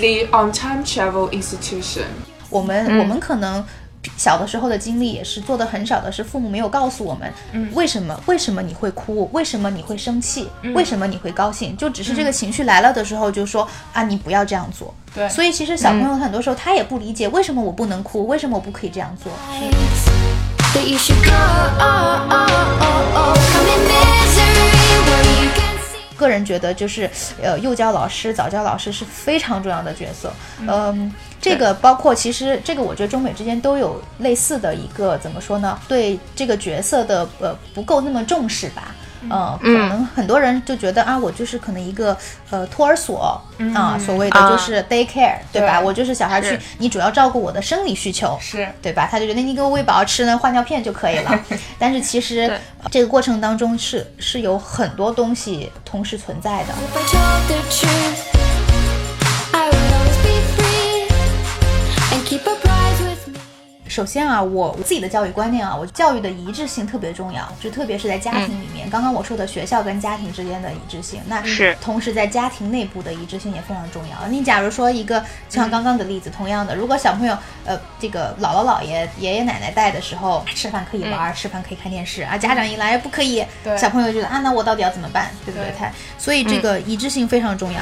the on-time travel institution. 我们、我们可能小的时候的经历也是做的很少的，是父母没有告诉我们、为什么为什么你会哭，为什么你会生气，为什么你会高兴，就只是这个情绪来了的时候就说、啊你不要这样做。对所以其实小朋友很多时候他也不理解为什么我不能哭，为什么我不可以这样做。 that you should go. Oh, oh, oh, oh. Come in misery where you can see. 个人觉得就是呃，幼教老师、早教老师是非常重要的角色。嗯，这个包括其实这个，我觉得中美之间都有类似的一个怎么说呢？对这个角色的呃不够那么重视吧。呃，可能很多人就觉得啊，我就是可能一个呃托儿所啊，所谓的啊就是 daycare，对吧？对我就是小孩去是，你主要照顾我的生理需求，是对吧？他就觉得你给我喂饱吃呢，换尿片就可以了。但是其实对这个过程当中是是有很多东西同时存在的。 If I told the truth, I would always be free and keep a prize with me. 首先啊，我我自己的教育观念啊，我教育的一致性特别重要，就特别是在家庭里嗯面。刚刚我说的学校跟家庭之间的一致性，那是同时在家庭内部的一致性也非常重要。你假如说一个像刚刚的例子，同样的，如果小朋友呃这个姥姥姥爷爷爷奶奶带的时候，吃饭可以玩，吃饭可以看电视啊，家长一来不可以，嗯对小朋友就觉得啊，那我到底要怎么办，对不对？对嗯他所以这个一致性非常重要。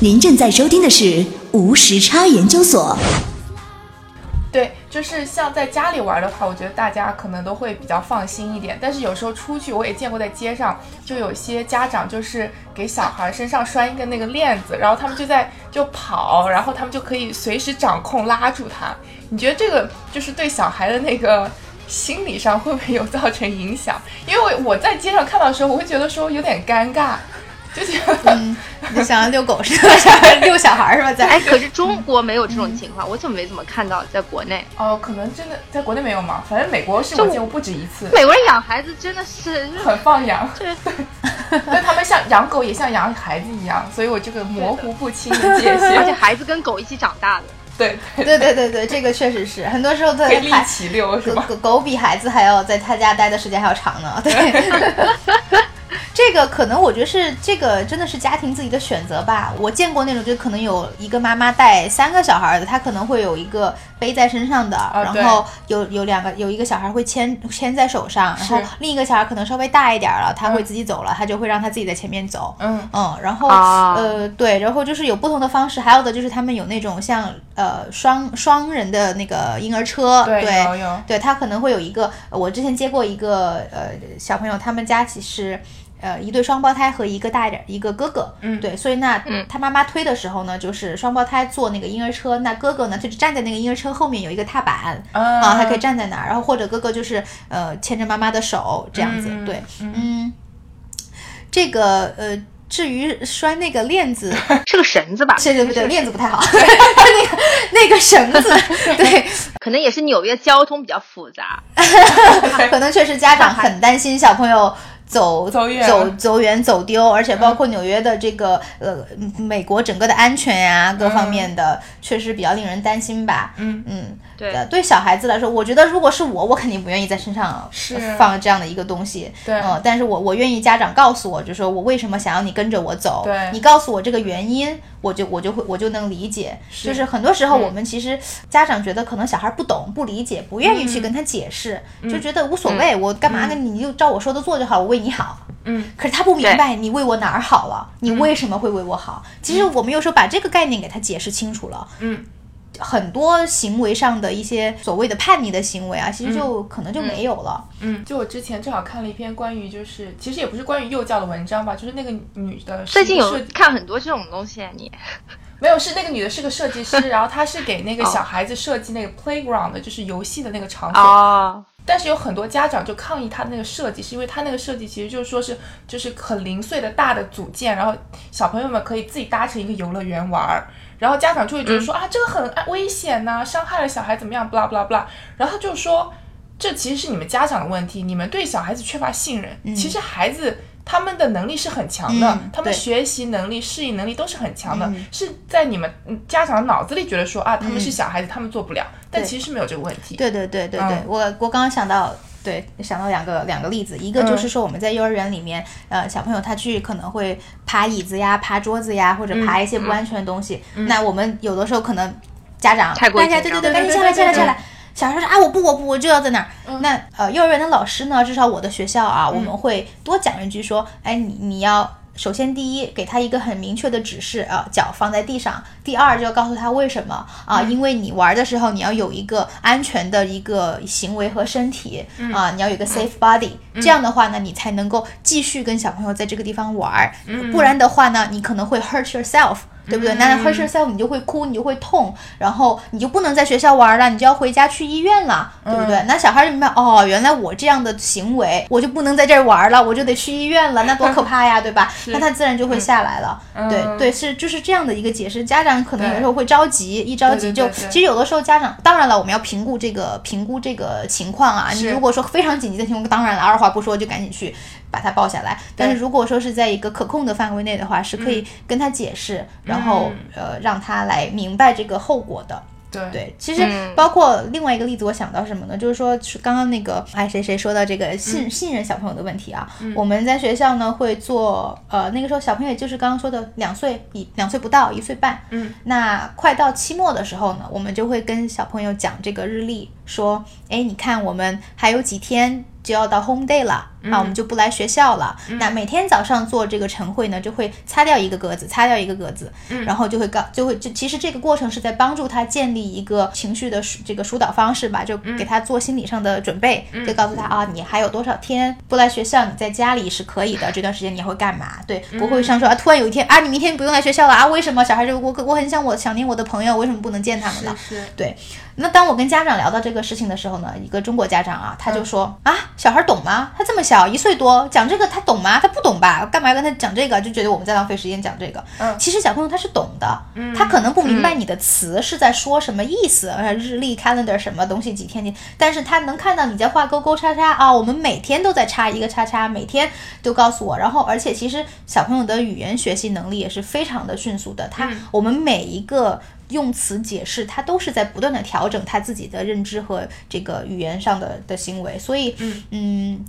您正在收听的是无时差研究所。对，就是像在家里玩的话，我觉得大家可能都会比较放心一点。但是有时候出去，我也见过在街上，就有些家长就是给小孩身上拴一个那个链子，然后他们就在就跑，然后他们就可以随时掌控拉住他。你觉得这个就是对小孩的那个心理上会不会有造成影响？因为我我在街上看到的时候，我会觉得说有点尴尬，就觉得、 你想要遛狗是吧？小孩遛小孩是吧？在哎，可是中国没有这种情况，我怎么没怎么看到？在国内， 哦，可能真的在国内没有嘛，反正美国是就我见过不止一次。美国人养孩子真的是 很放羊，对， 但他们像养狗也像养孩子一样，所以我这个模糊不清的界而 且限，孩子跟狗一起长大的，对对，对对对对，这个确实是，很多时候他可以一孩起遛是狗吧？狗狗比孩子还要在他家待的时间还要长呢。对，这个可能我觉得是这个真的是家庭自己的选择吧。我见过那种就可能有一个妈妈带三个小孩的，她可能会有一个背在身上的，哦对然后有有两个有一个小孩会牵牵在手上，然后是另一个小孩可能稍微大一点了，他会嗯自己走了，他就会让他自己在前面走。嗯，嗯，然后、啊呃，对，然后就是有不同的方式，还有的就是他们有那种像呃双双人的那个婴儿车， 对对有有对他可能会有一个，呃我之前接过一个呃小朋友，他们家其实。呃，一对双胞胎和一个大一点一个哥哥，嗯对，所以那嗯他妈妈推的时候呢，就是双胞胎坐那个婴儿车，那哥哥呢就是站在那个婴儿车后面有一个踏板，啊，啊他可以站在那儿，然后或者哥哥就是呃牵着妈妈的手这样子，嗯对，嗯，这个呃。至于拴那个链 子，是个绳子吧？这对不对？链子不太好， 那个那个绳 子，对，可能也是纽约交通比较复杂， 可能确实家长很担心小朋友走走远走走远走丢，而且包括纽约的这个、呃美国整个的安全呀、各方面的，确实比较令人担心吧。嗯嗯，对呃，对小孩子来说，我觉得如果是我，我肯定不愿意在身上呃是放这样的一个东西。对嗯，但是我我愿意家长告诉我，就说我为什么想要你跟着我走，对你告诉我这个原因，我就我就会我就能理解。是嗯就是很多时候我们其实家长觉得可能小孩不懂、不理解、不愿意嗯去跟他解释，就觉得无所谓，我干嘛跟你你就照我说的做就好，我为你好。嗯，可是他不明白你为我哪儿好了，你为什么会为我好？其实我们有时候把这个概念给他解释清楚了，嗯，很多行为上的一些所谓的叛逆的行为啊，其实就、可能就没有了。嗯，就我之前正好看了一篇关于就是其实也不是关于幼教的文章吧，就是那个女的是最近有设看很多这种东西，啊你没有，是那个女的是个设 计师，然后她是给那哦个小孩子设计那个 playground 的就是游戏的那个场所，哦，但是有很多家长就抗议他那个设计，是因为他那个设计其实就是说是就是很零碎的大的组件，然后小朋友们可以自己搭成一个游乐园玩儿，然后家长就会觉得说、嗯啊这个很啊危险呐、伤害了小孩怎么样，blah blah blah，然后他就说这其实是你们家长的问题，你们对小孩子缺乏信任，其实孩子。他们的能力是很强的，嗯他们对学习能力、适应能力都是很强的，嗯是在你们嗯家长脑子里觉得说啊，他们嗯是小孩子，他们做不了，但对其实是没有这个问题。对对对对对，嗯我我刚刚想到。对，想到两个两个例子，一个就是嗯说我们在幼儿园里面，呃，小朋友他去可能会爬椅子呀、爬桌子呀，或者嗯爬一些不安全的东西。那我们有的时候可能家长太过大家紧对张对对，了赶紧下来下来下来。小孩说啊，我不我不，我就要在那儿。嗯那呃，幼儿园的老师呢，至少我的学校啊，我们会多讲一句说，哎，你你要。首先，第一，给他一个很明确的指示啊，脚放在地上；第二，就要告诉他为什么啊，嗯因为你玩的时候，你要有一个安全的一个行为和身体、嗯啊，你要有一个 safe body，、这样的话呢，你才能够继续跟小朋友在这个地方玩儿。嗯不然的话呢，你可能会 hurt yourself，对不对？嗯那 hurt yourself，你就会哭，你就会痛，然后你就不能在学校玩了，你就要回家去医院了，对不嗯对？那小孩就明白，哦，原来我这样的行为，我就不能在这儿玩了，我就得去医院了，那多可怕呀，对 吧？那他自然嗯就会下来了。对对，是就是这样的一个解释。家长可能有对时候会着急，一着急对对就，对对其实有的时候家长，当然了，我们要评估这个评估这个情况啊。你是如果说非常紧急的情况，当然了，二话不说就赶紧去把它抱下来。但是如果说是在一个可控的范围内的话，是可嗯以跟他解释，然后呃让他来明白这个后果的。对嗯对，其实包括另外一个例子，我想到什么呢？就是说，是刚刚那个哎谁谁说到这嗯个信、信任小朋友的问题啊，我们在学校呢会做呃那个时候小朋友也就是刚刚说的两岁以两岁不到一岁半，嗯，那快到期末的时候呢，我们就会跟小朋友讲这个日历，说，哎，你看我们还有几天。就要到 home day 了、嗯啊，我们就不来学校了。那每天早上做这个晨会呢，就会擦掉一个格子，擦掉一个格子，嗯然后就会告，就会就其实这个过程是在帮助他建立一个情绪的疏这个疏导方式吧，就嗯给他做心理上的准备，就告诉他啊，你还有多少天不来学校，你在家里是可以的，这段时间你会干嘛？对，不嗯会像说啊，突然有一天啊，你明天不用来学校了啊，为什么？小孩就我我很想我想念我的朋友，为什么不能见他们了？是对，那当我跟家长聊到这个事情的时候呢，一个中国家长啊，他就说、啊，小孩懂吗？他这么小，一岁多，讲这个他懂吗？他不懂吧？干嘛要跟他讲这个？就觉得我们在浪费时间讲这个。嗯其实小朋友他是懂的，他可能不明白你的词是在说什么意思，呃日历、calendar 什么东西几天几，但是他能看到你在画勾勾叉叉啊，我们每天都在插一个叉叉，每天都告诉我。然后，而且其实小朋友的语言学习能力也是非常的迅速的，他、我们每一个。用词解释，他都是在不断的调整他自己的认知和这个语言上的的行为，所以，嗯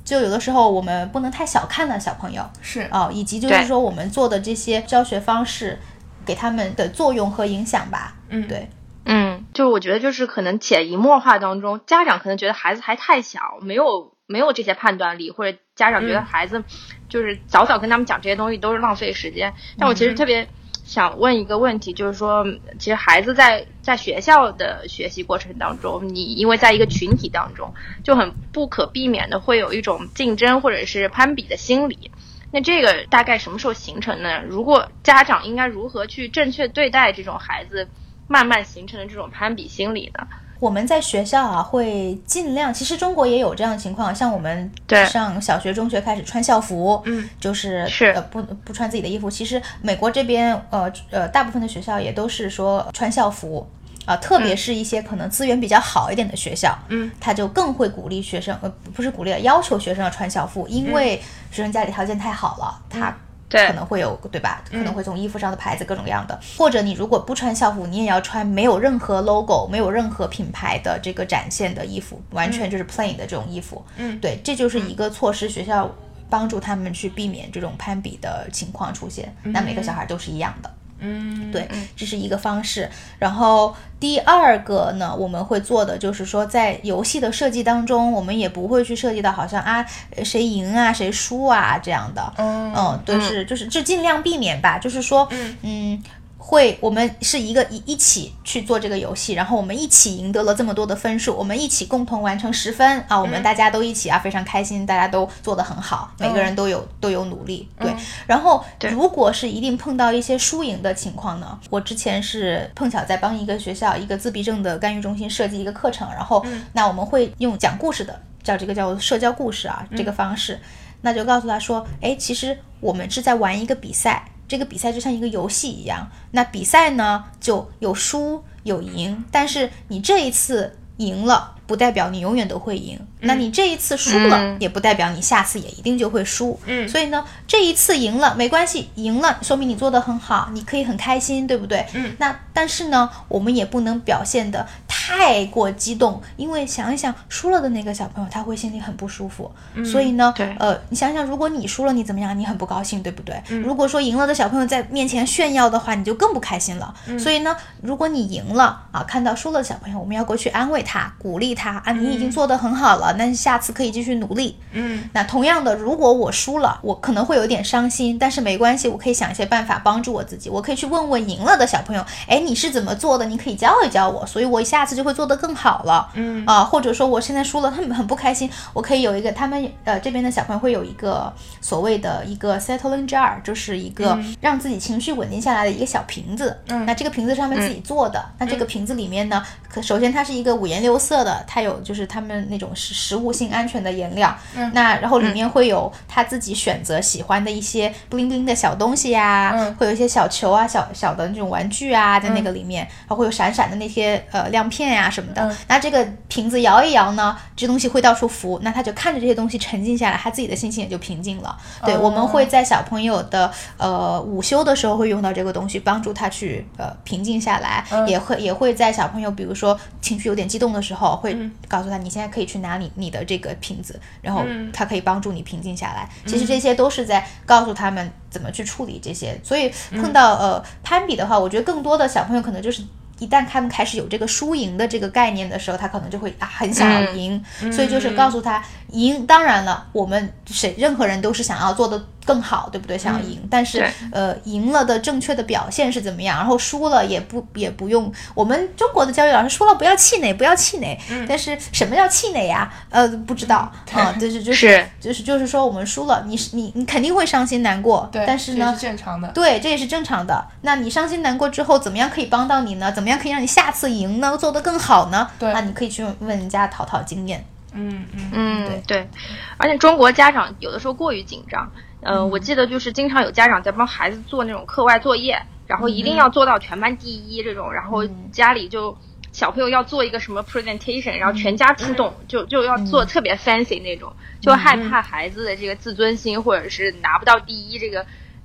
就有的时候我们不能太小看了小朋友，是，哦，以及就是对说我们做的这些教学方式给他们的作用和影响吧。嗯对，嗯，就是我觉得就是可能潜移默化当中，家长可能觉得孩子还太小，没有没有这些判断力，或者家长觉得嗯孩子就是早早跟他们讲这些东西都是浪费时间。但我其实特别想问一个问题，就是说，其实孩子在在学校的学习过程当中，你因为在一个群体当中，就很不可避免的会有一种竞争或者是攀比的心理。那这个大概什么时候形成呢？如果家长应该如何去正确对待这种孩子慢慢形成的这种攀比心理呢？我们在学校啊会尽量，其实中国也有这样的情况，像我们对上小学、中学开始穿校服，嗯，就是是呃不不穿自己的衣服。其实美国这边呃呃大部分的学校也都是说穿校服。啊，特别是一些可能资源比较好一点的学校，嗯，他就更会鼓励学生，呃，不不是鼓励了，要求学生要穿校服，因为学生家里条件太好了，他对可能会有对吧？可能会从衣服上的牌子各种各样的，或者你如果不穿校服，你也要穿没有任何 logo、没有任何品牌的这个展现的衣服，完全就是 plain 的这种衣服。嗯对，这就是一个措施，学校帮助他们去避免这种攀比的情况出现。那每个小孩都是一样的。嗯，对，这是一个方式。然后第二个呢，我们会做的就是说，在游戏的设计当中，我们也不会去涉及到好像啊呃谁赢啊谁输啊这样的。嗯嗯，对，是就是就尽量避免吧，就是说，嗯会我们是一个一一起去做这个游戏，然后我们一起赢得了这么多的分数，我们一起共同完成十分啊，我们大家都一起啊，非常开心，大家都做得很好，每个人都有、都有努力，对。然后对如果是一定碰到一些输赢的情况呢，我之前是碰巧在帮一个学校一个自闭症的干预中心设计一个课程，然后、那我们会用讲故事的，叫这个叫做社交故事啊、这个方式，那就告诉他说，哎，其实我们是在玩一个比赛，这个比赛就像一个游戏一样。那比赛呢，就有输有赢，但是你这一次赢了不代表你永远都会赢，那你这一次输了、嗯也不代表你下次也一定就会输。嗯所以呢，这一次赢了没关系，赢了说明你做得很好，你可以很开心，对不对？嗯。那但是呢，我们也不能表现得太过激动，因为想一想输了的那个小朋友他会心里很不舒服。所以呢对，呃，你想想，如果你输了，你怎么样？你很不高兴，对不对？如果说赢了的小朋友在面前炫耀的话，你就更不开心了。所以呢，如果你赢了啊，看到输了的小朋友，我们要过去安慰他、鼓励他啊，你已经做得很好了，那下次可以继续努力。嗯那同样的，如果我输了，我可能会有点伤心，但是没关系，我可以想一些办法帮助我自己。我可以去问问赢了的小朋友，哎，你是怎么做的？你可以教一教我，所以我下次就会做得更好了。嗯啊，或者说我现在输了，他们很不开心，我可以有一个他们呃这边的小朋友会有一个所谓的一个 settling jar，就是一个让自己情绪稳定下来的一个小瓶子。嗯那这个瓶子是他们自己做的，那这个瓶子里面呢，可首先它是一个五颜六色的，它有就是他们那种食食物性安全的颜料，嗯那然后里面会有他自己选择喜欢的一些 bling bling 的小东西呀、嗯会有一些小球啊、小小的那种玩具啊，在那个里面，然后会有闪闪的那些呃亮片呀、什么的。嗯那这个瓶子摇一摇呢，这东西会到处浮，那他就看着这些东西沉静下来，他自己的心情也就平静了。对，哦我们会在小朋友的呃午休的时候会用到这个东西，帮助他去呃平静下来，也会也会在小朋友比如说情绪有点激动的时候，会告诉他你现在可以去拿你你的这个瓶子，然后嗯它可以帮助你平静下来。其实这些都是在告诉他们怎么去处理这些。所以碰到呃攀比的话，我觉得更多的小朋友可能就是。一旦他们开始有这个输赢的这个概念的时候，他可能就会啊很想要嗯赢，所以就是告诉他赢。当然了，我们谁任何人都是想要做的更好，对不对？想要赢，但是嗯对呃，赢了的正确的表现是怎么样，然后输了也不也不用。我们中国的教育老师输了不要气馁，不要气馁。嗯但是什么叫气馁呀、呃，不知道啊、就是就是就是就是说我们输了，你是你你肯定会伤心难过，对，但是这也呢是。正常的。对，这也是正常的。那你伤心难过之后，怎么样可以帮到你呢？怎么样可以让你下次赢呢？做得更好呢？对那你可以去问人家讨讨经验。嗯嗯嗯，对，而且中国家长有的时候过于紧张。呃，嗯我记得就是经常有家长在帮孩子做那种课外作业，然后一嗯定要做到全班第一这种，然后家里就小朋友要做一个什么 presentation，然后嗯全家出动，就就要做特别 fancy 那种，就害嗯怕孩子的这个自尊心或者是拿不到第一这个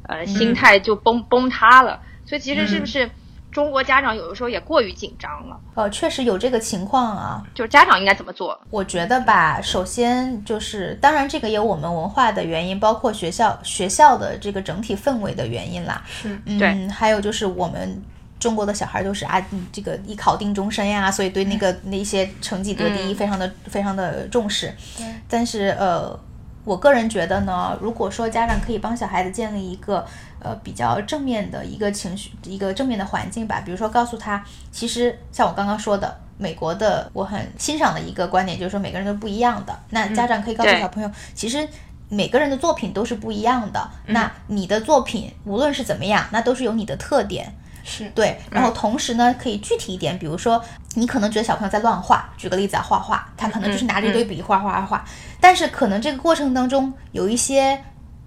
嗯呃心态就崩崩塌了。所以其实是不是中国家长有的时候也过于紧张了？呃，确实有这个情况啊。就是家长应该怎么做？我觉得吧，首先就是，当然这个有我们文化的原因，包括学校学校的这个整体氛围的原因啦。是嗯，对还有就是我们。中国的小孩都是啊，嗯这个一考定终身呀，所以嗯对那个那些成绩得第一非常的、非常的重视。但是呃，我个人觉得呢，如果说家长可以帮小孩子建立一个呃比较正面的一个情绪、一个正面的环境吧，比如说告诉他，其实像我刚刚说的，美国的我很欣赏的一个观点就是说每个人都不一样的，那家长可以告诉对小朋友，其实。每个人的作品都是不一样的，那你的作品无论是怎么样，那都是有你的特点，是，对，然后同时呢，可以具体一点，比如说你可能觉得小朋友在乱画，举个例子啊，画画，他可能就是拿着一堆笔画画画画，但是可能这个过程当中有一些。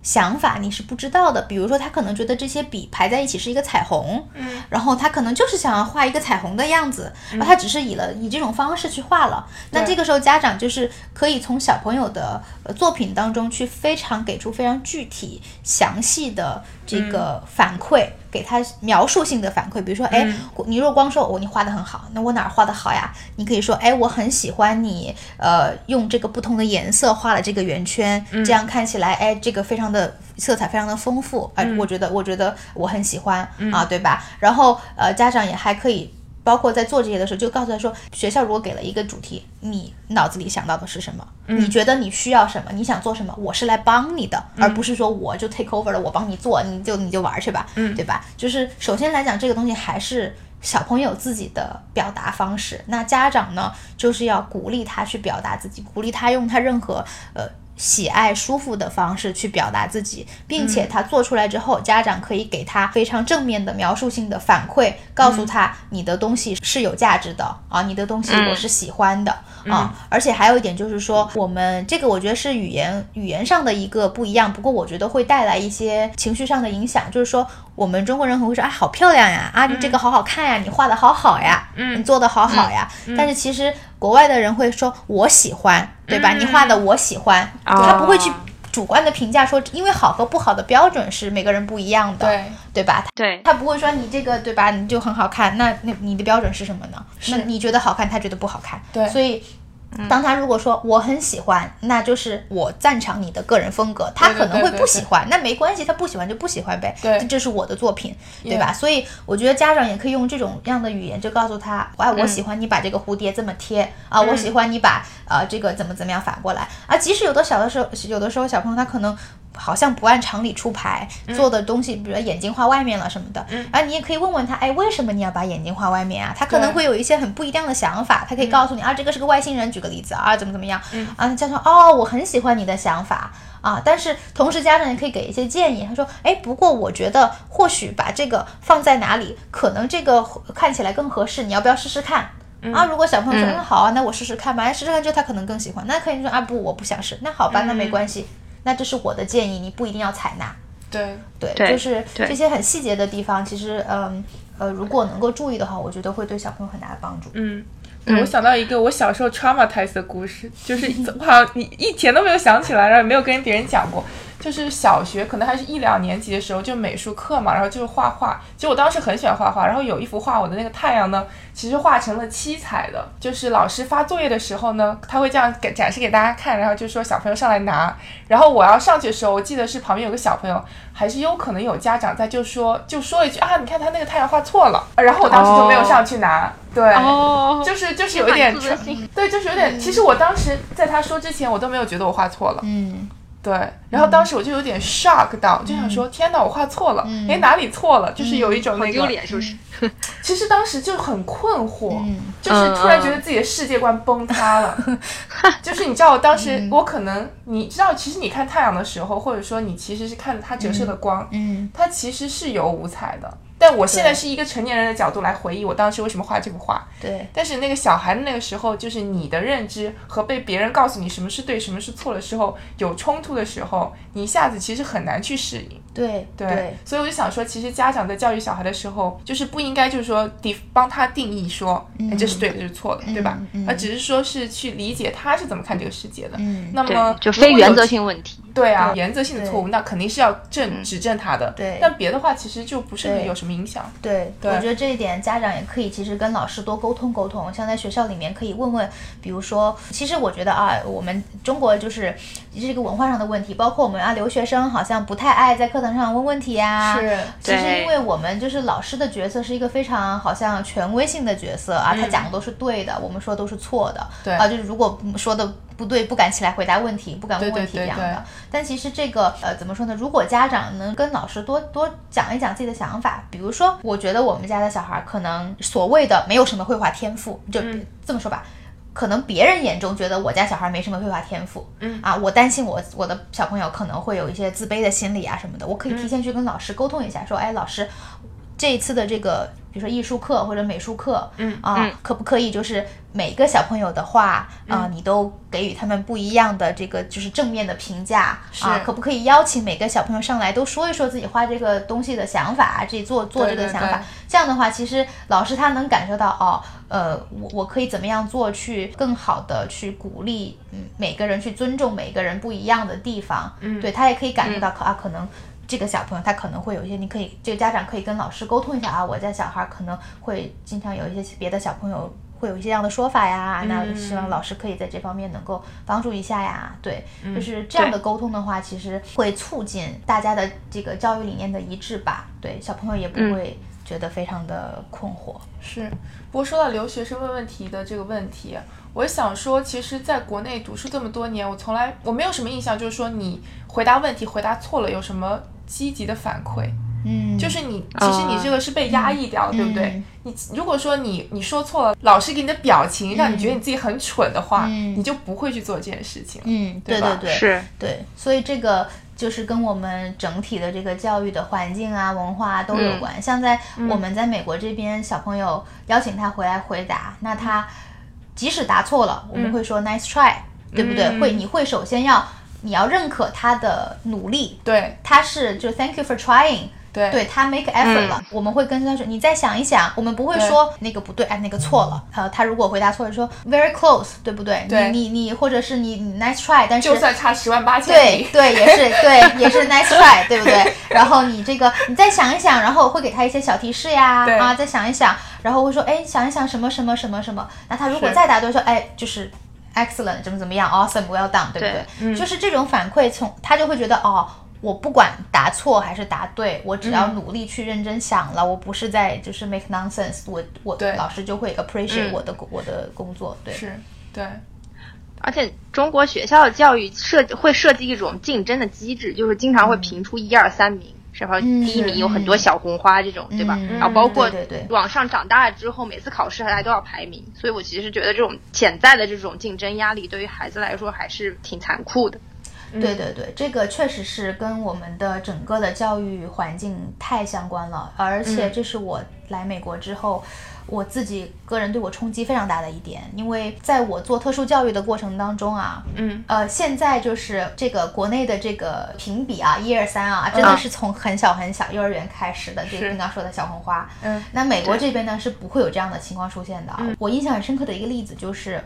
想法你是不知道的，比如说他可能觉得这些笔排在一起是一个彩虹，嗯，然后他可能就是想要画一个彩虹的样子，然后他只是以了以这种方式去画了。那对这个时候家长就是可以从小朋友的呃作品当中去非常给出非常具体详细的这个反馈，给他描述性的反馈，比如说，哎，你若光说我、哦你画的很好，那我哪儿画的好呀？你可以说，哎，我很喜欢你，呃，用这个不同的颜色画了这个圆圈，这样看起来，哎，这个非常的色彩非常的丰富，哎、我觉得我觉得我很喜欢、啊，对吧？然后呃，家长也还可以。包括在做这些的时候，就告诉他说，学校如果给了一个主题，你脑子里想到的是什么？你觉得你需要什么？你想做什么？我是来帮你的，而不是说我就 take over 了，我帮你做，你就你就玩儿去吧，对吧？就是首先来讲，这个东西还是小朋友自己的表达方式。那家长呢，就是要鼓励他去表达自己，鼓励他用他任何呃喜爱、舒服的方式去表达自己，并且他做出来之后，家长可以给他非常正面的描述性的反馈，告诉他你的东西是有价值的啊，你的东西我是喜欢的啊。而且还有一点就是说，我们这个我觉得是语言语言上的一个不一样，不过我觉得会带来一些情绪上的影响，就是说我们中国人很会说啊，好漂亮呀，啊，你这个好好看呀，你画的好好呀，你做的好好呀。但是其实国外的人会说我喜欢，对吧？你画的我喜欢，啊他不会去主观的评价说，因为好和不好的标准是每个人不一样的，对对吧？他对，他不会说你这个对吧，你就很好看，那那你的标准是什么呢？那你觉得好看，他觉得不好看，对嗯所以。当他如果说我很喜欢，那就是我赞赏你的个人风格，他对对可能会对对不喜欢，那没关系，他不喜欢就不喜欢呗，对这是我的作品，对吧？所以我觉得家长也可以用这种样的语言就告诉他，哎，嗯我喜欢你把这个蝴蝶这么贴啊、我喜欢你把啊、这个怎么怎么样反过来啊。即使有的小的时候，有的时候小朋友他可能。好像不按常理出牌，嗯做的东西，比如眼睛画外面了什么的，啊，你也可以问问他，哎，为什么你要把眼睛画外面啊？他可能对嗯会有一些很不一样的想法，他可以告诉你、啊，这个是个外星人，举个例子啊，怎么怎么样，啊，家长哦，我很喜欢你的想法，啊，但是同时家长也可以给一些建议。他说，哎，不过我觉得或许把这个放在哪里，可能这个看起来更合适，你要不要试试看？啊，如果小朋友说，嗯嗯，好啊，那我试试看吧，哎试试看之后他可能更喜欢，那可以说啊，不，我不想试，那好吧，那嗯没关系，那这是我的建议，你不一定要采纳。对，对，对就是对这些很细节的地方，其实，嗯，呃，如果能够注意的话，我觉得会对小朋友很大的帮助。嗯。对我想到一个我小时候 traumatize 的故事， 就是我好像你以前都没有想起来，然后也没有跟别人讲过。就是小学可能还是一两年级的时候，就美术课嘛，然后就是画画。其实我当时很喜欢画画，然后有一幅画，我的那个太阳呢，其实画成了七彩的。就是老师发作业的时候呢，他会这样给展示给大家看，然后就说小朋友上来拿。然后我要上去的时候，我记得是旁边有个小朋友，还是有可能有家长在就说就说一句啊，你看他那个太阳画错了。然后我当时就没有上去拿，对。哦就是就是有一点充满自尊心嗯对，就是有点。其实我当时在他说之前，我都没有觉得我画错了。嗯，对，然后当时我就有嗯点 shock 到，就想说天哪，我画错了，哎哪里错了？就是有一种嗯好那丢个，脸，是不是？其实当时就很困惑，嗯就是突然觉得自己的世界观崩塌了。 就是你知道，我当嗯时我可能你知道，其实你看太阳的时候，或者说你其实是看它折射的光，嗯，它其实是有五彩的。但我现在是一个成年人的角度来回忆我当时为什么画这幅画，对，但是那个小孩的那个时候，就是你的认知和被别人告诉你什么是对、什么是错的时候有冲突的时候，你一下子其实很难去适应。对，对，所以我就想说，其实家长在教育小孩的时候，就是不应该就是说你帮他定义说，哎，这是对的，这是错的，对吧？嗯而只是说是去理解他是怎么看这个世界的。嗯那么对，就如果非有原则性问题。对啊，对原则性的对错误，那肯定是要正指正他的。对但别的话其实就不是对有什么影响。对，对我觉得这一点家长也可以，其实跟老师多沟通沟通。像在学校里面可以问问，比如说，其实我觉得啊，我们中国就是这是一个文化上的问题，包括我们啊留学生好像不太爱在课堂上问问题呀、是其实对因为我们就是老师的角色是一个非常好像权威性的角色啊，他讲的都是对的，我们说都是错的。嗯对啊，就是如果说的不对，不敢起来回答问题，不敢问问题这对对对样的。对但其实这个呃，怎么说呢？如果家长能跟老师多多讲一讲自己的想法，比如说，我觉得我们家的小孩可能所谓的没有什么绘画天赋，就嗯这么说吧。可能别人眼中觉得我家小孩没什么绘画天赋，嗯啊，我担心我我的小朋友可能会有一些自卑的心理啊什么的，我可以嗯提前去跟老师沟通一下，说，哎，老师，这一次的这个，比如说艺术课或者美术课，嗯嗯啊，嗯可不可以就是每个小朋友的话啊、你都给予他们不一样的这个就是正面的评价啊是？可不可以邀请每个小朋友上来都说一说自己画这个东西的想法，自己做做这对个对想法？对这样的话，其实老师他能感受到哦，呃，我我可以怎么样做去更好的去鼓励嗯每个人去尊重每个人不一样的地方，嗯对他也可以感受到可、啊可能。这个小朋友他可能会有一些，你可以这个家长可以跟老师沟通一下啊，我家小孩可能会经常有一些别的小朋友会有一些这样的说法呀，那嗯希望老师可以在这方面能够帮助一下呀，对，嗯就是这样的沟通的话，其实会促进大家的这个教育理念的一致吧，对，小朋友也不嗯会觉得非常的困惑，是，不过说到留学生问问题的这个问题，我想说，其实在国内读书这么多年，我从来我没有什么印象，就是说你回答问题回答错了有什么积极的反馈，嗯，就是你其实你这个是被压抑掉了，对不对？嗯你如果说你你说错了，老师给你的表情让你觉得你自己很蠢的话，嗯你就不会去做这件事情了。嗯，对对吧对对，是，对，所以这个就是跟我们整体的这个教育的环境啊、文化啊都有嗯关。像在我们在美国这边，小朋友邀请他回来回答，那他即使答错了，我们会说 nice try，、对不对？嗯会你会首先要你要认可他的努力，对他是就 thank you for trying。对嗯对他 make effort 了，我们会跟他说，你再想一想，我们不会说那个不对，哎，那个错了。呃，他如果回答错了，说 very close，对不对？对你你你，或者是你你 nice try，但是就算差十万八千对里，对，也是 对，也是 nice try，对不对？然后你这个你再想一想，然后会给他一些小提示呀，对啊，再想一想，然后会说，哎，想一想什么什么什么什么。那他如果是再答对，说，哎，就是。excellent 怎么怎么样，awesome，well done，对不对？对嗯就是这种反馈从，他就会觉得哦，我不管答错还是答对，我只嗯要努力去认真想了，我不是在就是 make nonsense，我我对老师就会 appreciate 嗯我的、我的工作，对，是，对，而且中国学校的教育设会设计一种竞争的机制，就是经常会评出一二三名，然后嗯第一名有很多小红花这种，对吧？嗯然后包括对对对往上长大了之后，每次考试大家都要排名，所以我其实觉得这种潜在的这种竞争压力对于孩子来说还是挺残酷的。嗯对对对，这个确实是跟我们的整个的教育环境太相关了，而嗯且这是我来美国之后。我自己个人对我冲击非常大的一点，因为在我做特殊教育的过程当中啊，嗯，呃，现在就是这个国内的这个评比啊，一二三啊，真的是从很小很小幼儿园开始的，这嗯是个刚刚说的小红花，嗯，那美国这边呢是不会有这样的情况出现的啊。我印象很深刻的一个例子就是，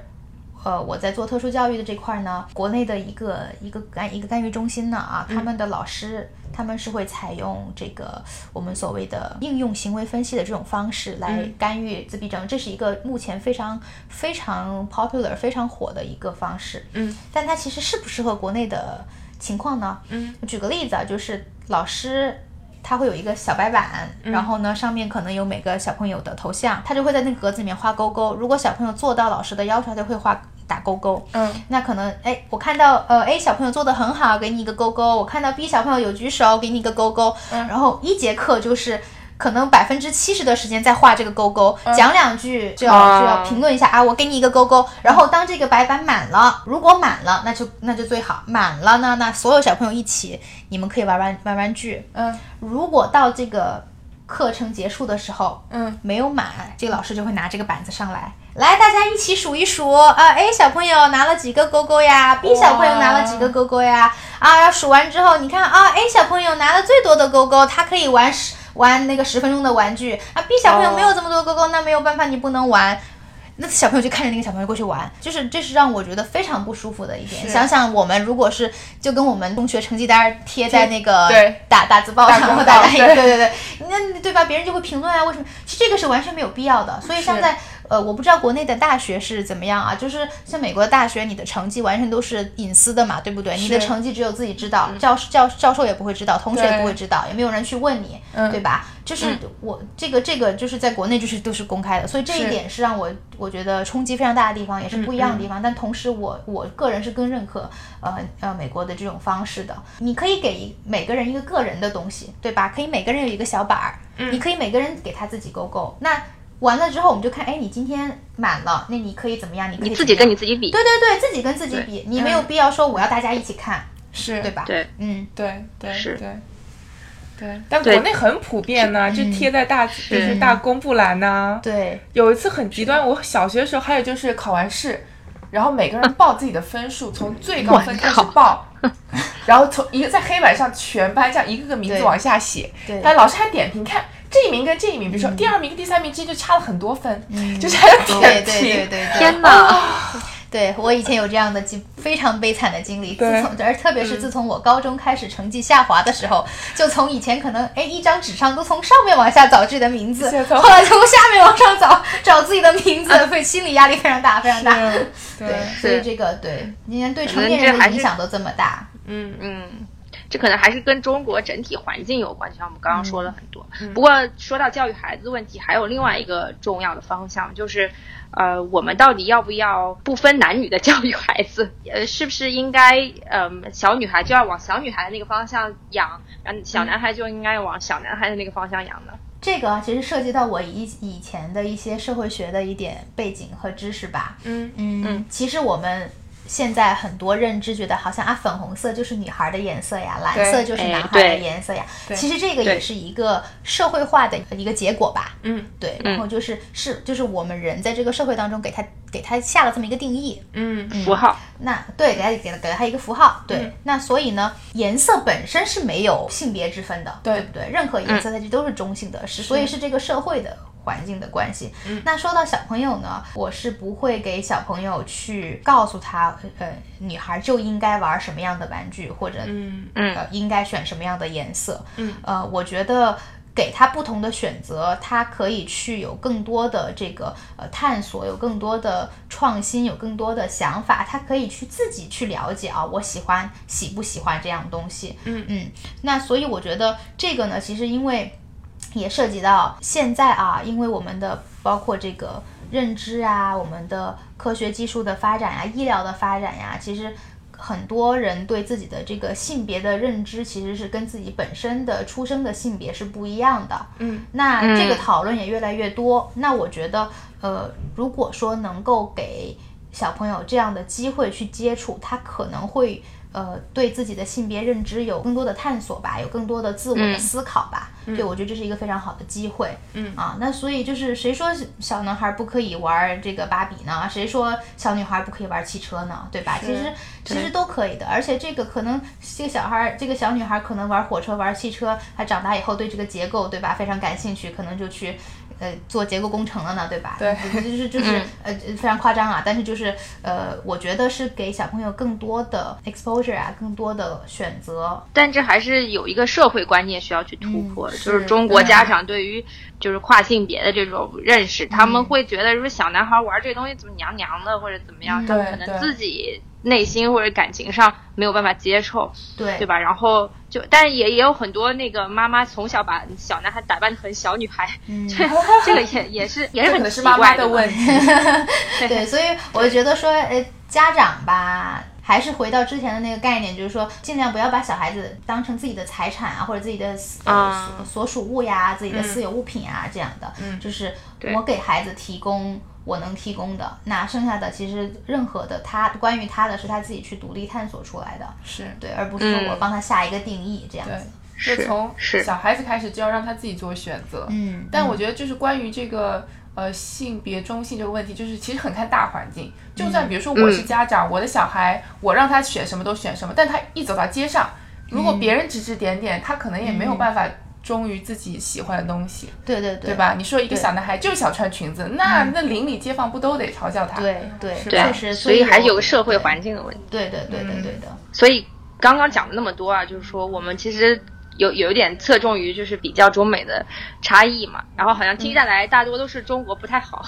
呃，我在做特殊教育的这块儿呢，国内的一个一个干一个干预中心呢啊，嗯他们的老师、他们是会采用这个我们所谓的应用行为分析的这种方式来嗯干预自闭症，这是一个目前非常非常 popular 非常火的一个方式。嗯，但它其实适不适合国内的情况呢？嗯，举个例子啊，就是老师他会有一个小白板，嗯然后呢上面可能有每个小朋友的头像，他就会在那个格子里面画勾勾。如果小朋友做到老师的要求，他就会画打勾勾。嗯，那可能哎，我看到呃 A 小朋友做的很好，给你一个勾勾；我看到 B 小朋友有举手，给你一个勾勾。嗯然后一节课就是。可能百分之七十的时间在画这个勾勾，嗯讲两句就要、就要啊评论一下啊，我给你一个勾勾。然后当这个白板满了，如果满了，那就那就最好。满了呢，那所有小朋友一起，你们可以玩玩玩玩具。嗯如果到这个课程结束的时候，嗯，没有满，这个老师就会拿这个板子上来，来大家一起数一数啊！A 小朋友拿了几个勾勾呀？B 小朋友拿了几个勾勾呀？啊，数完之后，你看啊，A 小朋友拿了最多的勾勾，他可以玩十玩那个十分钟的玩具啊。B 小朋友没有这么多勾勾，那没有办法，你不能玩。那小朋友就看着那个小朋友过去玩，就是这是让我觉得非常不舒服的一点。是想想我们如果是就跟我们中学成绩单贴在那个对打打字报大上公或打告打印，对对对对，那对吧？别人就会评论啊，为什么？其实这个是完全没有必要的。所以像是在呃，我不知道国内的大学是怎么样啊，就是像美国的大学，你的成绩完全都是隐私的嘛，对不对？你的是成绩只有自己知道，教师教教授也不会知道，同学也对不会知道，也没有人去问你，嗯对吧？就是我这个这个就是在国内就是都是公开的，所以这一是点是让我我觉得冲击非常大的地方，也是不一样的地嗯方。但同时我我个人是更认可呃呃美国的这种方式的，你可以给每个人一个个人的东西，对吧？可以每个人有一个小板儿，嗯你可以每个人给他自己勾勾。那完了之后，我们就看，哎，你今天满了，那你可以怎么样？你可以你自己跟你你自己比，对对对，自己跟自己对比，你没有必要说我要大家一起看，嗯是对吧？对嗯，对对是对对，但对国内很普遍呢、就贴在嗯大就是大公布栏呐、对，有一次很极端，我小学的时候还有就是考完试，然后每个人报自己的分数，从最高分开始报，然后从一个在黑板上全班这样一个个名字对往下写，对嗯但老师还点评看。这一名跟这一名，比如说第二名跟第三名之间就差了很多分，就是还要对对对点对评。对。天哪！对我以前有这样的经非常悲惨的经历，自对从而特别是自从我高中开始成绩下滑的时候，就从以前可能哎一张纸上都从上面往下找自己的名字是，从后来从下面往上找找自己的名字，会心理压力非常大，非常大。 对对，所以这个对，今天对成可能年这人的还影是响都这么大，嗯，嗯，这可能还是跟中国整体环境有关，就像我们刚刚说了很多。不过说到教育孩子问题，还有另外一个重要的方向，就是呃，我们到底要不要不分男女的教育孩子？ 呃，是不是应该嗯、小女孩就要往小女孩的那个方向养，然后小男孩就应该往小男孩的那个方向养呢？这个啊其实涉及到我以以前的一些社会学的一点背景和知识吧。嗯嗯，其实我们现在很多认知觉得好像啊，粉红色就是女孩的颜色呀，蓝对色就是哎男孩的对颜色呀。对其实这个也对是一个社会化的一个结果吧。嗯对，嗯然后就是是就是我们人在这个社会当中给他给他下了这么一个定义，嗯符号。那对，给它给它给了它一个符号，对、嗯那所以呢，颜色本身是没有性别之分的，对不对？任何颜色它这都是中性的，是、所以是这个社会的环境的关系。嗯那说到小朋友呢，我是不会给小朋友去告诉他，呃，女孩就应该玩什么样的玩具，或者嗯嗯呃，应该选什么样的颜色。嗯，呃，我觉得给他不同的选择，他可以去有更多的这个呃探索，有更多的创新，有更多的想法，他可以去自己去了解啊，我喜欢喜不喜欢这样东西。嗯嗯，那所以我觉得这个呢，其实因为也涉及到现在啊，因为我们的包括这个认知啊，我们的科学技术的发展呀、医疗的发展呀、其实很多人对自己的这个性别的认知，其实是跟自己本身的出生的性别是不一样的。嗯那这个嗯讨论也越来越多。那我觉得，呃，如果说能够给小朋友这样的机会去接触，他可能会呃对自己的性别认知有更多的探索吧，有更多的自我的嗯思考吧。对，我觉得这是一个非常好的机会。嗯啊，那所以就是谁说小男孩不可以玩这个芭比呢？谁说小女孩不可以玩汽车呢？对吧？是其实其实都可以的，而且这个可能这个小孩儿这个小女孩可能玩火车玩汽车，她长大以后对这个结构对吧非常感兴趣，可能就去。呃，做结构工程了呢，对吧？对嗯就就是就是、呃，非常夸张啊，但是就是呃，我觉得是给小朋友更多的 exposure 啊，更多的选择，但这还是有一个社会观念需要去突破，嗯是就是中国家长对于就是跨性别的这种认识，他们会觉得说小男孩玩这东西怎么娘娘的或者怎么样，嗯他们可对对能自己内心或者感情上没有办法接受，对对？吧？然后就，但是也也有很多那个妈妈从小把小男孩打扮得很小女孩，嗯，这个也也是也这是可很能奇是妈妈怪的嘛问题。对，所以我觉得说，呃，家长吧，还是回到之前的那个概念，就是说，尽量不要把小孩子当成自己的财产啊，或者自己的私呃啊所所属物呀、自己的嗯私有物品啊、这样的。嗯就是对我给孩子提供我能提供的，那剩下的其实任何的他关于他的是他自己去独立探索出来的，是对，而不是说嗯我帮他下一个定义这样对子。，是就从是小孩子开始就要让他自己做选择。嗯，但我嗯觉得就是关于这个呃性别中性这个问题，就是其实很看大环境。就算比如说嗯我是家长，我的小孩我让他选什么都选什么，但他一走到街上，如果别人指指点点，他可能也没有办法忠于自己喜欢的东西，对对对嗯对？嗯吧？你说一个对小男孩就是想穿裙子，那那邻里街坊不都得嘲笑他？对对，是对确啊，实，所以还是有个我社会环境的问题。对对对对对嗯的，所以刚刚讲了那么多啊，就是说我们其实有有一点侧重于就是比较中美的差异嘛，然后好像听下来大多都是中国不太好，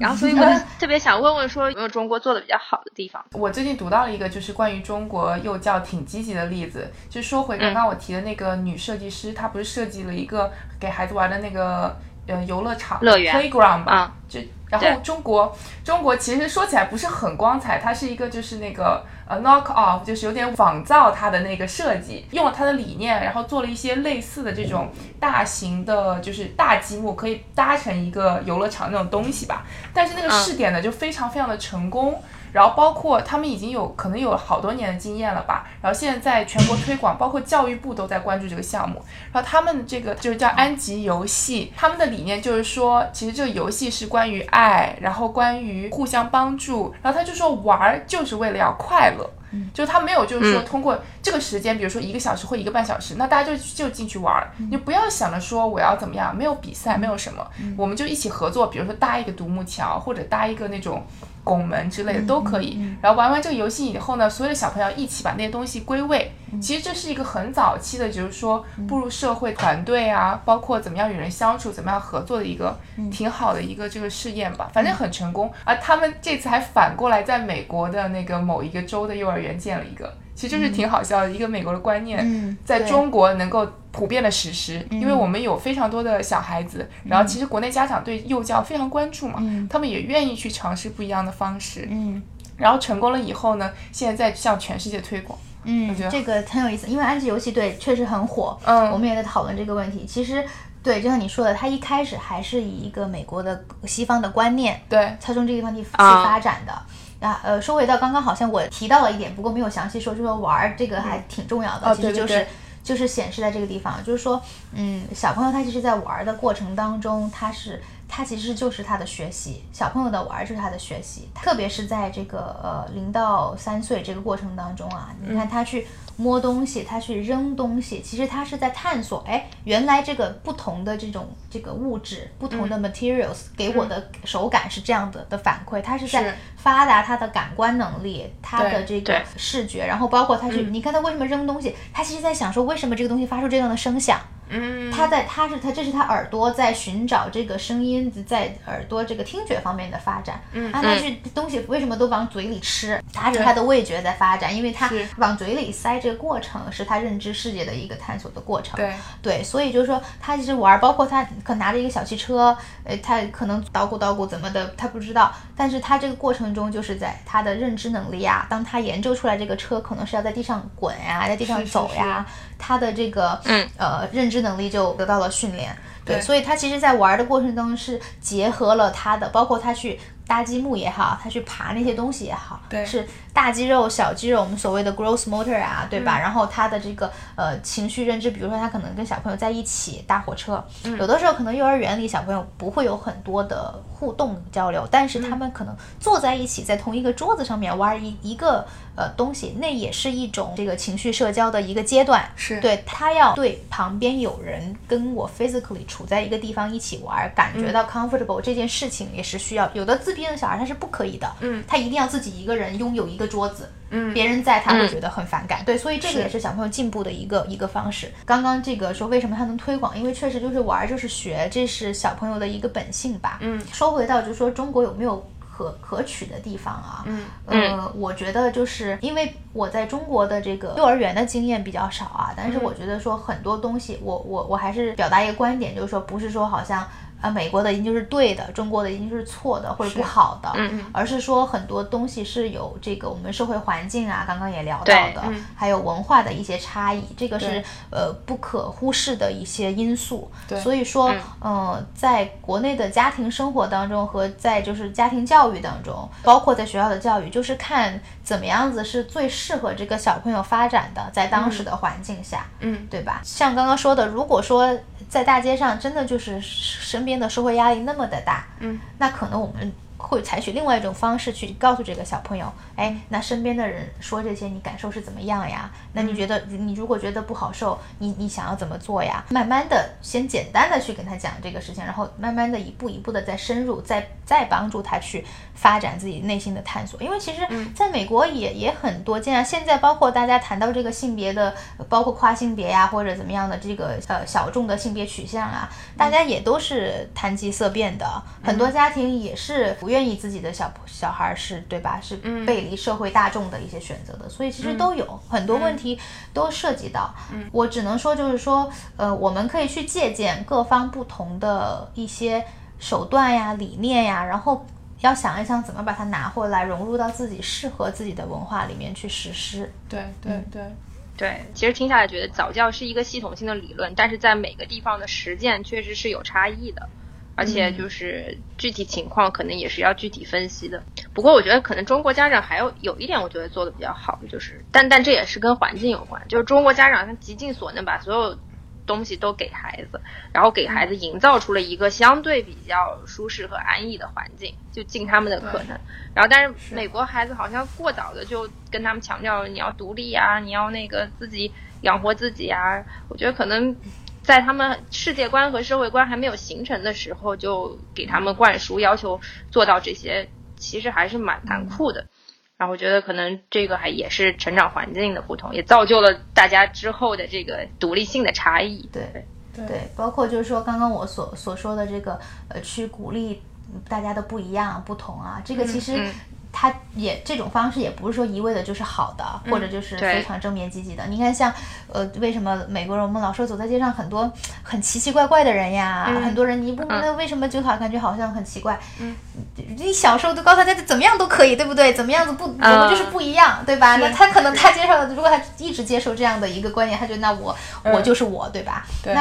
然后所以我就特别想问问说有没有中国做的比较好的地方？我最近读到了一个，就是关于中国幼教挺积极的例子。就说嗯回刚刚我提的那个女设计师，她不是设计了一个给孩子玩的那个呃游乐场乐园 playground 吧？啊就然对后中国中国其实说起来不是很光彩，它是一个就是那个呃 knock off，就是有点仿造它的那个设计，用了它的理念，然后做了一些类似的这种大型的，就是大积木可以搭成一个游乐场那种东西吧。但是那个嗯试点呢就非常非常的成功。然后包括他们已经有可能有好多年的经验了吧，然后现在在全国推广，包括教育部都在关注这个项目。然后他们这个就是叫安吉游戏，他们的理念就是说，其实这个游戏是关于爱，然后关于互相帮助，然后他就说玩儿就是为了要快乐。就是他没有，就是说嗯通过这个时间，比如说一个小时或一个半小时，那大家就就进去玩儿，你就不要想着说我要怎么样，没有比赛，没有什么，我们就一起合作，比如说搭一个独木桥或者搭一个那种拱门之类的都可以。然后玩完这个游戏以后呢，所有的小朋友一起把那些东西归位。其实这是一个很早期的，就是说嗯步入社会团队啊，包括怎么样与人相处，怎么样合作的一个嗯挺好的一个这个试验吧，反正很成功。而他们这次还反过来在美国的那个某一个州的幼儿园建了一个，其实就是挺好笑的一个美国的观念。嗯，在对嗯中国能够普遍的实施，因为我们有非常多的小孩子，然后其实国内家长对幼教非常关注嘛，他们也愿意去尝试不一样的方式，嗯。然后成功了以后呢，现在在向全世界推广，嗯我觉，得这个很有意思，因为安吉游戏对确实很火，嗯我们也在讨论这个问题。其实，对，就像你说的，它一开始还是以一个美国的西方的观念，对，它从这个地方去啊发展的。啊，呃，说回到刚刚，好像我提到了一点，不过没有详细说，就说玩儿这个还挺重要的，哦其实对对就是对就是显示在这个地方，就是说，嗯，小朋友他其实在玩儿的过程当中，他是他其实就是他的学习，小朋友的玩儿就是他的学习，特别是在这个呃零到三岁这个过程当中啊，你看他去。摸东西，他去扔东西，其实他是在探索。哎，原来这个不同的这种这个物质，不同的 materials、给我的手感是这样的的反馈，他是在是发达他的感官能力，他的这个对视觉，然后包括他去，你看他为什么扔东西，他其实在想说为什么这个东西发出这样的声响，嗯，他在他是他这是他耳朵在寻找这个声音在耳朵这个听觉方面的发展，嗯，啊，他去东西为什么都往嘴里吃，他是他的味觉在发展，因为他是往嘴里塞这个过程是他认知世界的一个探索的过程，对，对，所以就是说他其实玩儿，包括他可能拿着一个小汽车，呃，他可能捣鼓捣鼓怎么的，他不知道。但是他这个过程中，就是在他的认知能力啊，当他研究出来这个车可能是要在地上滚呀、在地上是是走呀、他的这个嗯呃认知能力就得到了训练。对，对所以他其实，在玩儿的过程中是结合了他的，包括他去搭积木也好，他去爬那些东西也好，对是大肌肉、小肌肉，我们所谓的 gross motor 啊，对嗯吧？然后他的这个呃情绪认知，比如说他可能跟小朋友在一起搭火车，嗯有的时候可能幼儿园里小朋友不会有很多的互动交流，但是他嗯们可能坐在一起，在同一个桌子上面玩一一个呃东西，那也是一种这个情绪社交的一个阶段，是对他要对旁边有人跟我 physically 处在一个地方一起玩，感觉嗯到 comfortable、这件事情也是需要。有的自闭症小孩他是不可以的，嗯，他一定要自己一个人拥有一个桌子，嗯别人在他会觉得很反感。对，所以这个是也是小朋友进步的一个一个方式。刚刚这个说为什么他能推广，因为确实就是玩儿就是学，这是小朋友的一个本性吧。嗯，说回到就是说中国有没有可可取的地方啊？嗯呃，我觉得就是因为我在中国的这个幼儿园的经验比较少啊，但嗯是我觉得说很多东西，我我我还是表达一个观点，就是说不是说好像。啊，美国的一定就是对的，中国的一定就是错的或者不好的，嗯而是说很多东西是有这个我们社会环境啊，刚刚也聊到对的，嗯还有文化的一些差异，这个是对呃不可忽视的一些因素。对嗯所以说，呃，在国内的家庭生活当中和在就是家庭教育当中，包括在学校的教育，就是看怎么样子是最适合这个小朋友发展的，在当时的环境下。嗯，对吧？像刚刚说的，如果说在大街上真的就是身边的社会压力那么的大，嗯，那可能我们会采取另外一种方式去告诉这个小朋友，哎，那身边的人说这些，你感受是怎么样呀？那你觉得，你如果觉得不好受，你你想要怎么做呀？慢慢的，先简单的去跟他讲这个事情，然后慢慢的一步一步的再深入，再再帮助他去发展自己内心的探索。因为其实在美国也也很多见啊，现在包括大家谈到这个性别的，呃包括跨性别呀、或者怎么样的这个呃小众的性别取向啊，大家也都是谈及色变的，很多家庭也是不愿意自己的小小孩儿是对吧？是背离社会大众的一些选择的，所以其实都有、很多问题都涉及到。我只能说就是说，呃，我们可以去借鉴各方不同的一些手段呀、理念呀，然后。要想一想怎么把它拿回来，融入到自己适合自己的文化里面去实施。对对嗯对，对，其实听下来觉得早教是一个系统性的理论，但是在每个地方的实践确实是有差异的，而且就是具体情况可能也是要具体分析的。不过我觉得可能中国家长还有有一点，我觉得做的比较好，就是但但这也是跟环境有关，就是中国家长他极尽所能把所有东西都给孩子，然后给孩子营造出了一个相对比较舒适和安逸的环境，就尽他们的可能。然后，但是美国孩子好像过早的就跟他们强调你要独立啊，你要那个自己养活自己啊。我觉得可能在他们世界观和社会观还没有形成的时候，就给他们灌输要求做到这些，其实还是蛮残酷的。然后我觉得可能这个还也是成长环境的不同，也造就了大家之后的这个独立性的差异。对对对，包括就是说刚刚我所所说的这个呃，去鼓励大家的不一样、不同啊，这个其实。嗯它也这种方式也不是说一味的就是好的，或者就是对非常正面积极的。你看像，呃，为什么美国人我们老说走在街上很多很奇奇怪怪的人呀，很多人你不那为什么就好感觉好像很奇怪？嗯，你小时候都告诉大家怎么样都可以，对不对？怎么样子不，我们就是不一样，对吧？那他可能他接受，如果他一直接受这样的一个观念，他觉得那我我就是我，对吧？对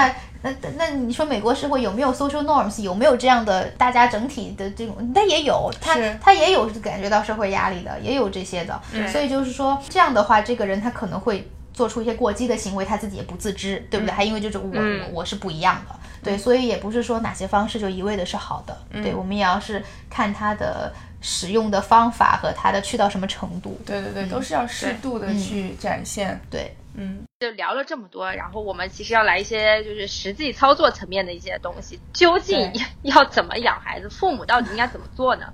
那那那你说美国社会有没有 social norms？有没有这样的大家整体的这种？他也有，他是他也有感觉到社会压力的，也有这些的。所以就是说，这样的话，这个人他可能会做出一些过激的行为，他自己也不自知，对不对？还因为这种我、嗯我我是不一样的，对，所以也不是说哪些方式就一味的是好的，对我们也要是看他的使用的方法和他的去到什么程度，对对对，都是要适度嗯的去展现。对，嗯，就聊了这么多，然后我们其实要来一些就是实际操作层面的一些东西，究竟对 要怎么养孩子，父母到底应该怎么做呢？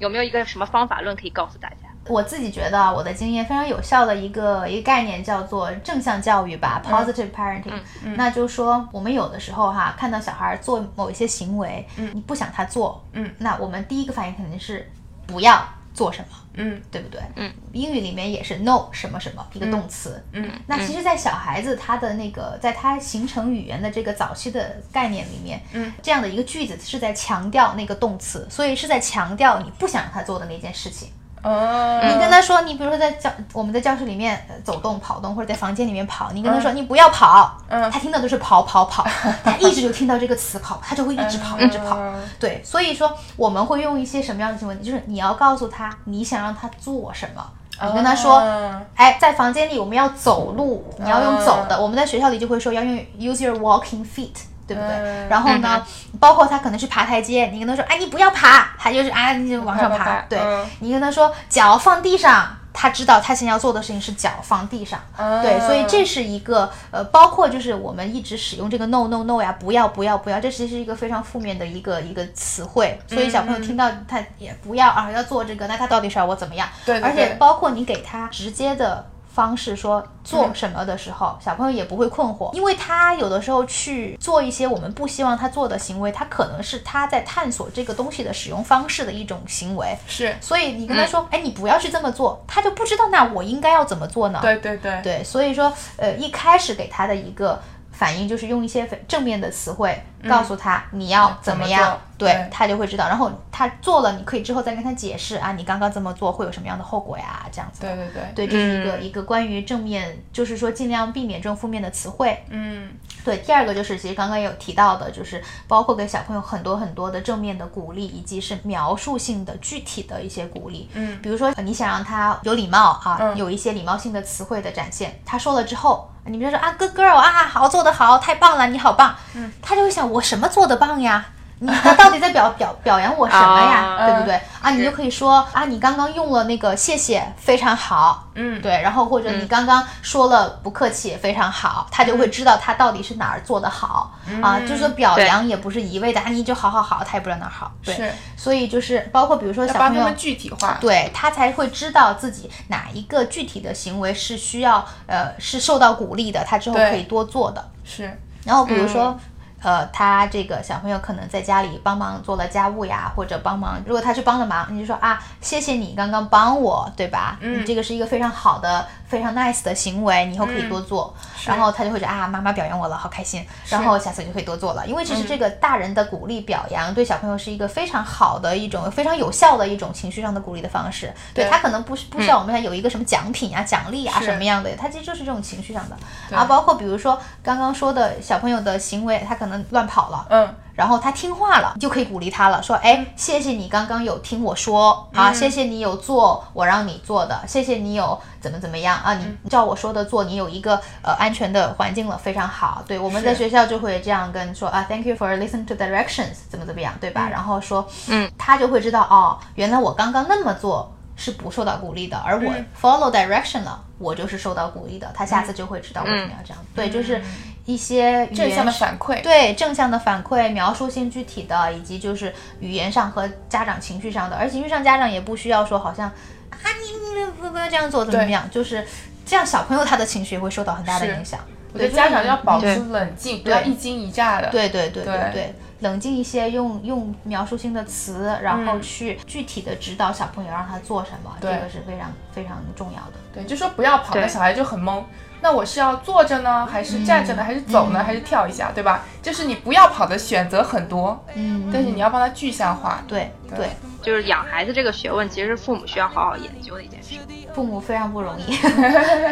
有没有一个什么方法论可以告诉大家？我自己觉得啊我的经验非常有效的一个一个概念叫做正向教育吧，positive parenting、那就是说，我们有的时候哈、看到小孩做某一些行为，嗯、你不想他做，嗯，那我们第一个反应肯定是不要做什么。嗯，对不对？嗯，英语里面也是 no 什么什么一个动词。嗯，那其实，在小孩子他的那个，在他形成语言的这个早期的概念里面，嗯，这样的一个句子是在强调那个动词，所以是在强调你不想让他做的那件事情。哦，你跟他说，你比如说在教我们在教室里面呃走动、跑动，或者在房间里面跑，你跟他说、你不要跑，嗯他听到都是跑跑 跑，他一直就听到这个词跑，他就会一直跑、一直跑。嗯对，所以说我们会用一些什么样的行为？就是你要告诉他你想让他做什么，你跟他说。嗯哎，在房间里我们要走路，你要用走啊的。我们在学校里就会说要用 use your walking feet，对不对？嗯然后呢，包括他可能去爬台阶，你跟他说，哎，你不要爬，他就是啊，你就往上爬爬爬。爬对、嗯你跟他说脚放地上，他知道他想要做的事情是脚放地上。嗯对，所以这是一个呃，包括就是我们一直使用这个 no no no 呀，不要不要不要，这其实是一个非常负面的一个一个词汇，所以小朋友听到他也不要啊，要做这个，那他到底是要我怎么样？对对而且对包括你给他直接的。方式说做什么的时候，小朋友也不会困惑，因为他有的时候去做一些我们不希望他做的行为，他可能是他在探索这个东西的使用方式的一种行为，是，所以你跟嗯他说，哎、你不要去这么做，他就不知道那我应该要怎么做呢？对对对，对，所以说，呃，一开始给他的一个反应就是用一些正面的词汇告诉他你要怎嗯怎么样做，对对他就会知道。然后他做了，你可以之后再跟他解释啊，你刚刚这么做会有什么样的后果呀，这样子。对对对，对，这是一个、一个关于正面，就是说尽量避免这种负面的词汇。嗯对，第二个就是其实刚刚也有提到的，就是包括给小朋友很多很多的正面的鼓励，以及是描述性的具体的一些鼓励。嗯比如说呃你想让他有礼貌啊，嗯有一些礼貌性的词汇的展现，他说了之后。你比如说啊，good girl 啊，好做得好，太棒了，你好棒。嗯，他就会想我什么做得棒呀？你他到底在表表表扬我什么呀？哦啊对嗯不对？啊，你就可以说啊，你刚刚用了那个谢谢，非常好。嗯，嗯对，然后或者你刚刚说了不客气，非常好，他就会知道他到底是哪儿做得好、啊。就是说表对扬也不是一味的啊，你就好好好，他也不知道哪儿好。对，是所以就是包括比如说要小帮朋他友们。具体化，对他才会知道自己哪一个具体的行为是需要，呃，是受到鼓励的，他之后对可以多做的。是，嗯然后比如说，呃，他这个小朋友可能在家里帮忙做了家务呀，或者帮忙，如果他去帮了忙，你就说啊，谢谢你刚刚帮我，对吧？嗯你这个是一个非常好的、非常 nice 的行为，你以后可嗯以多做。然后他就会觉得啊，妈妈表扬我了，好开心。然后下次就会多做了，因为这嗯是这个大人的鼓励表扬，对小朋友是一个非常好的一种、非常有效的一种情绪上的鼓励的方式。对对嗯他可能不是不需要我们有一个什么奖品啊、奖励啊是什么样的，他其实就是这种情绪上的。对啊，包括比如说刚刚说的小朋友的行为，他可能乱跑了。嗯然后他听话了，你就可以鼓励他了，说，哎，谢谢你刚刚有听我说啊，嗯谢谢你有做我让你做的，谢谢你有怎么怎么样啊，嗯你照我说的做，你有一个呃安全的环境了，非常好。对，我们在是学校就会这样跟说啊，Thank you for listening to directions，怎么怎么样，对吧？然后说，嗯，他就会知道哦，原来我刚刚那么做。是不受到鼓励的，而我嗯 follow direction 了，我就是受到鼓励的。他下次就会知道为什么要这样。对，就是一些语嗯正向的言反馈，对正向的反馈、描述性、具体的，以及就是语言上和家长情绪上的，而情绪上家长也不需要说好像啊你你不不要这样做怎么怎么样，就是这样小朋友他的情绪也会受到很大的是影响。我觉对嗯得家长要保持对冷静，不要一惊一乍的，对对对对对对，冷静一些，用用描述性的词，然后嗯去具体的指导小朋友让他做什么，这对个是非常非常重要的。对，就说不要跑，对那小孩就很懵，那我是要坐着呢，还是站着呢，还是走呢，还是跳一下，对吧？就是你不要跑的选择很多，嗯，但是你要帮他具象化。对对对，就是养孩子这个学问，其实是父母需要好好研究的一件事，父母非常不容 易。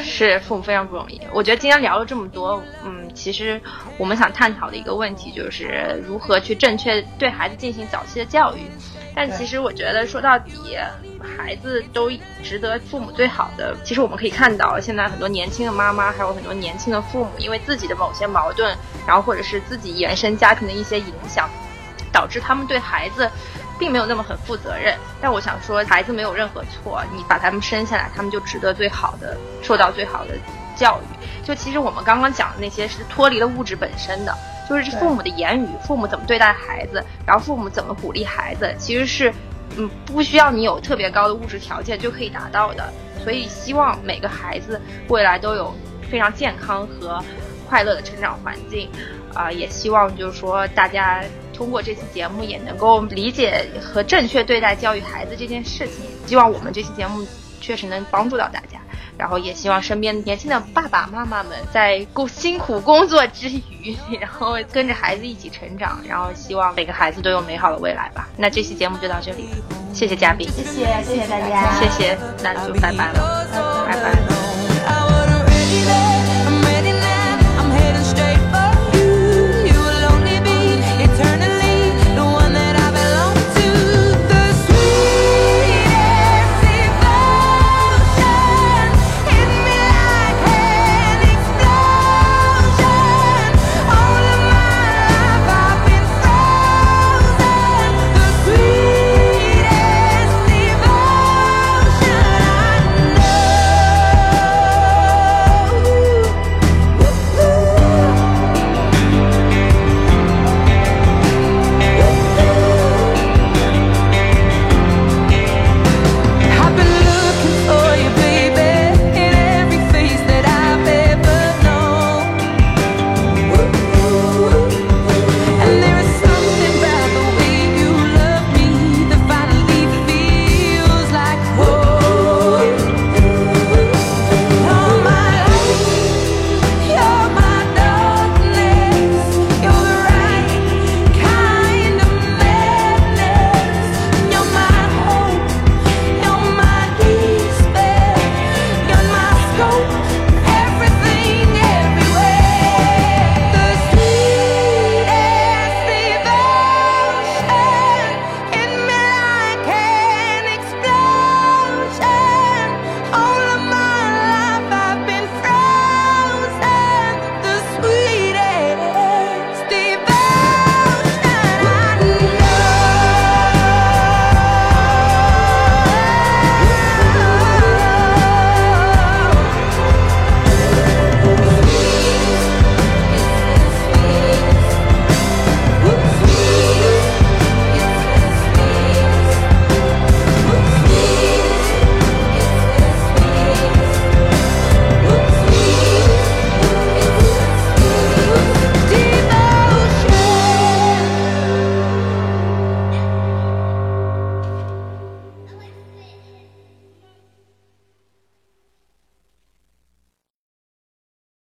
是父母非常不容易。我觉得今天聊了这么多，嗯，其实我们想探讨的一个问题就是如何去正确对孩子进行早期的教育。但对其实我觉得说到底，孩子都值得父母最好的。其实我们可以看到，现在很多年轻的妈妈，还有很多年轻的父母，因为自己的某些矛盾，然后或者是自己原生家庭的一些影响，导致他们对孩子并没有那么很负责任。但我想说，孩子没有任何错，你把他们生下来，他们就值得最好的，受到最好的教育。就其实我们刚刚讲的那些是脱离了物质本身的，就是对父母的言语，父母怎么对待孩子，然后父母怎么鼓励孩子，其实是嗯不需要你有特别高的物质条件就可以达到的。所以希望每个孩子未来都有非常健康和快乐的成长环境。啊、也希望就是说大家通过这期节目也能够理解和正确对待教育孩子这件事情。希望我们这期节目确实能帮助到大家，然后也希望身边年轻的爸爸妈妈们在工辛苦工作之余， 然后跟着孩子一起成长，然后希望每个孩子都有美好的未来吧。那这期节目就到这里了，谢谢嘉宾，谢谢谢谢大家，谢谢，那就拜拜了，拜拜。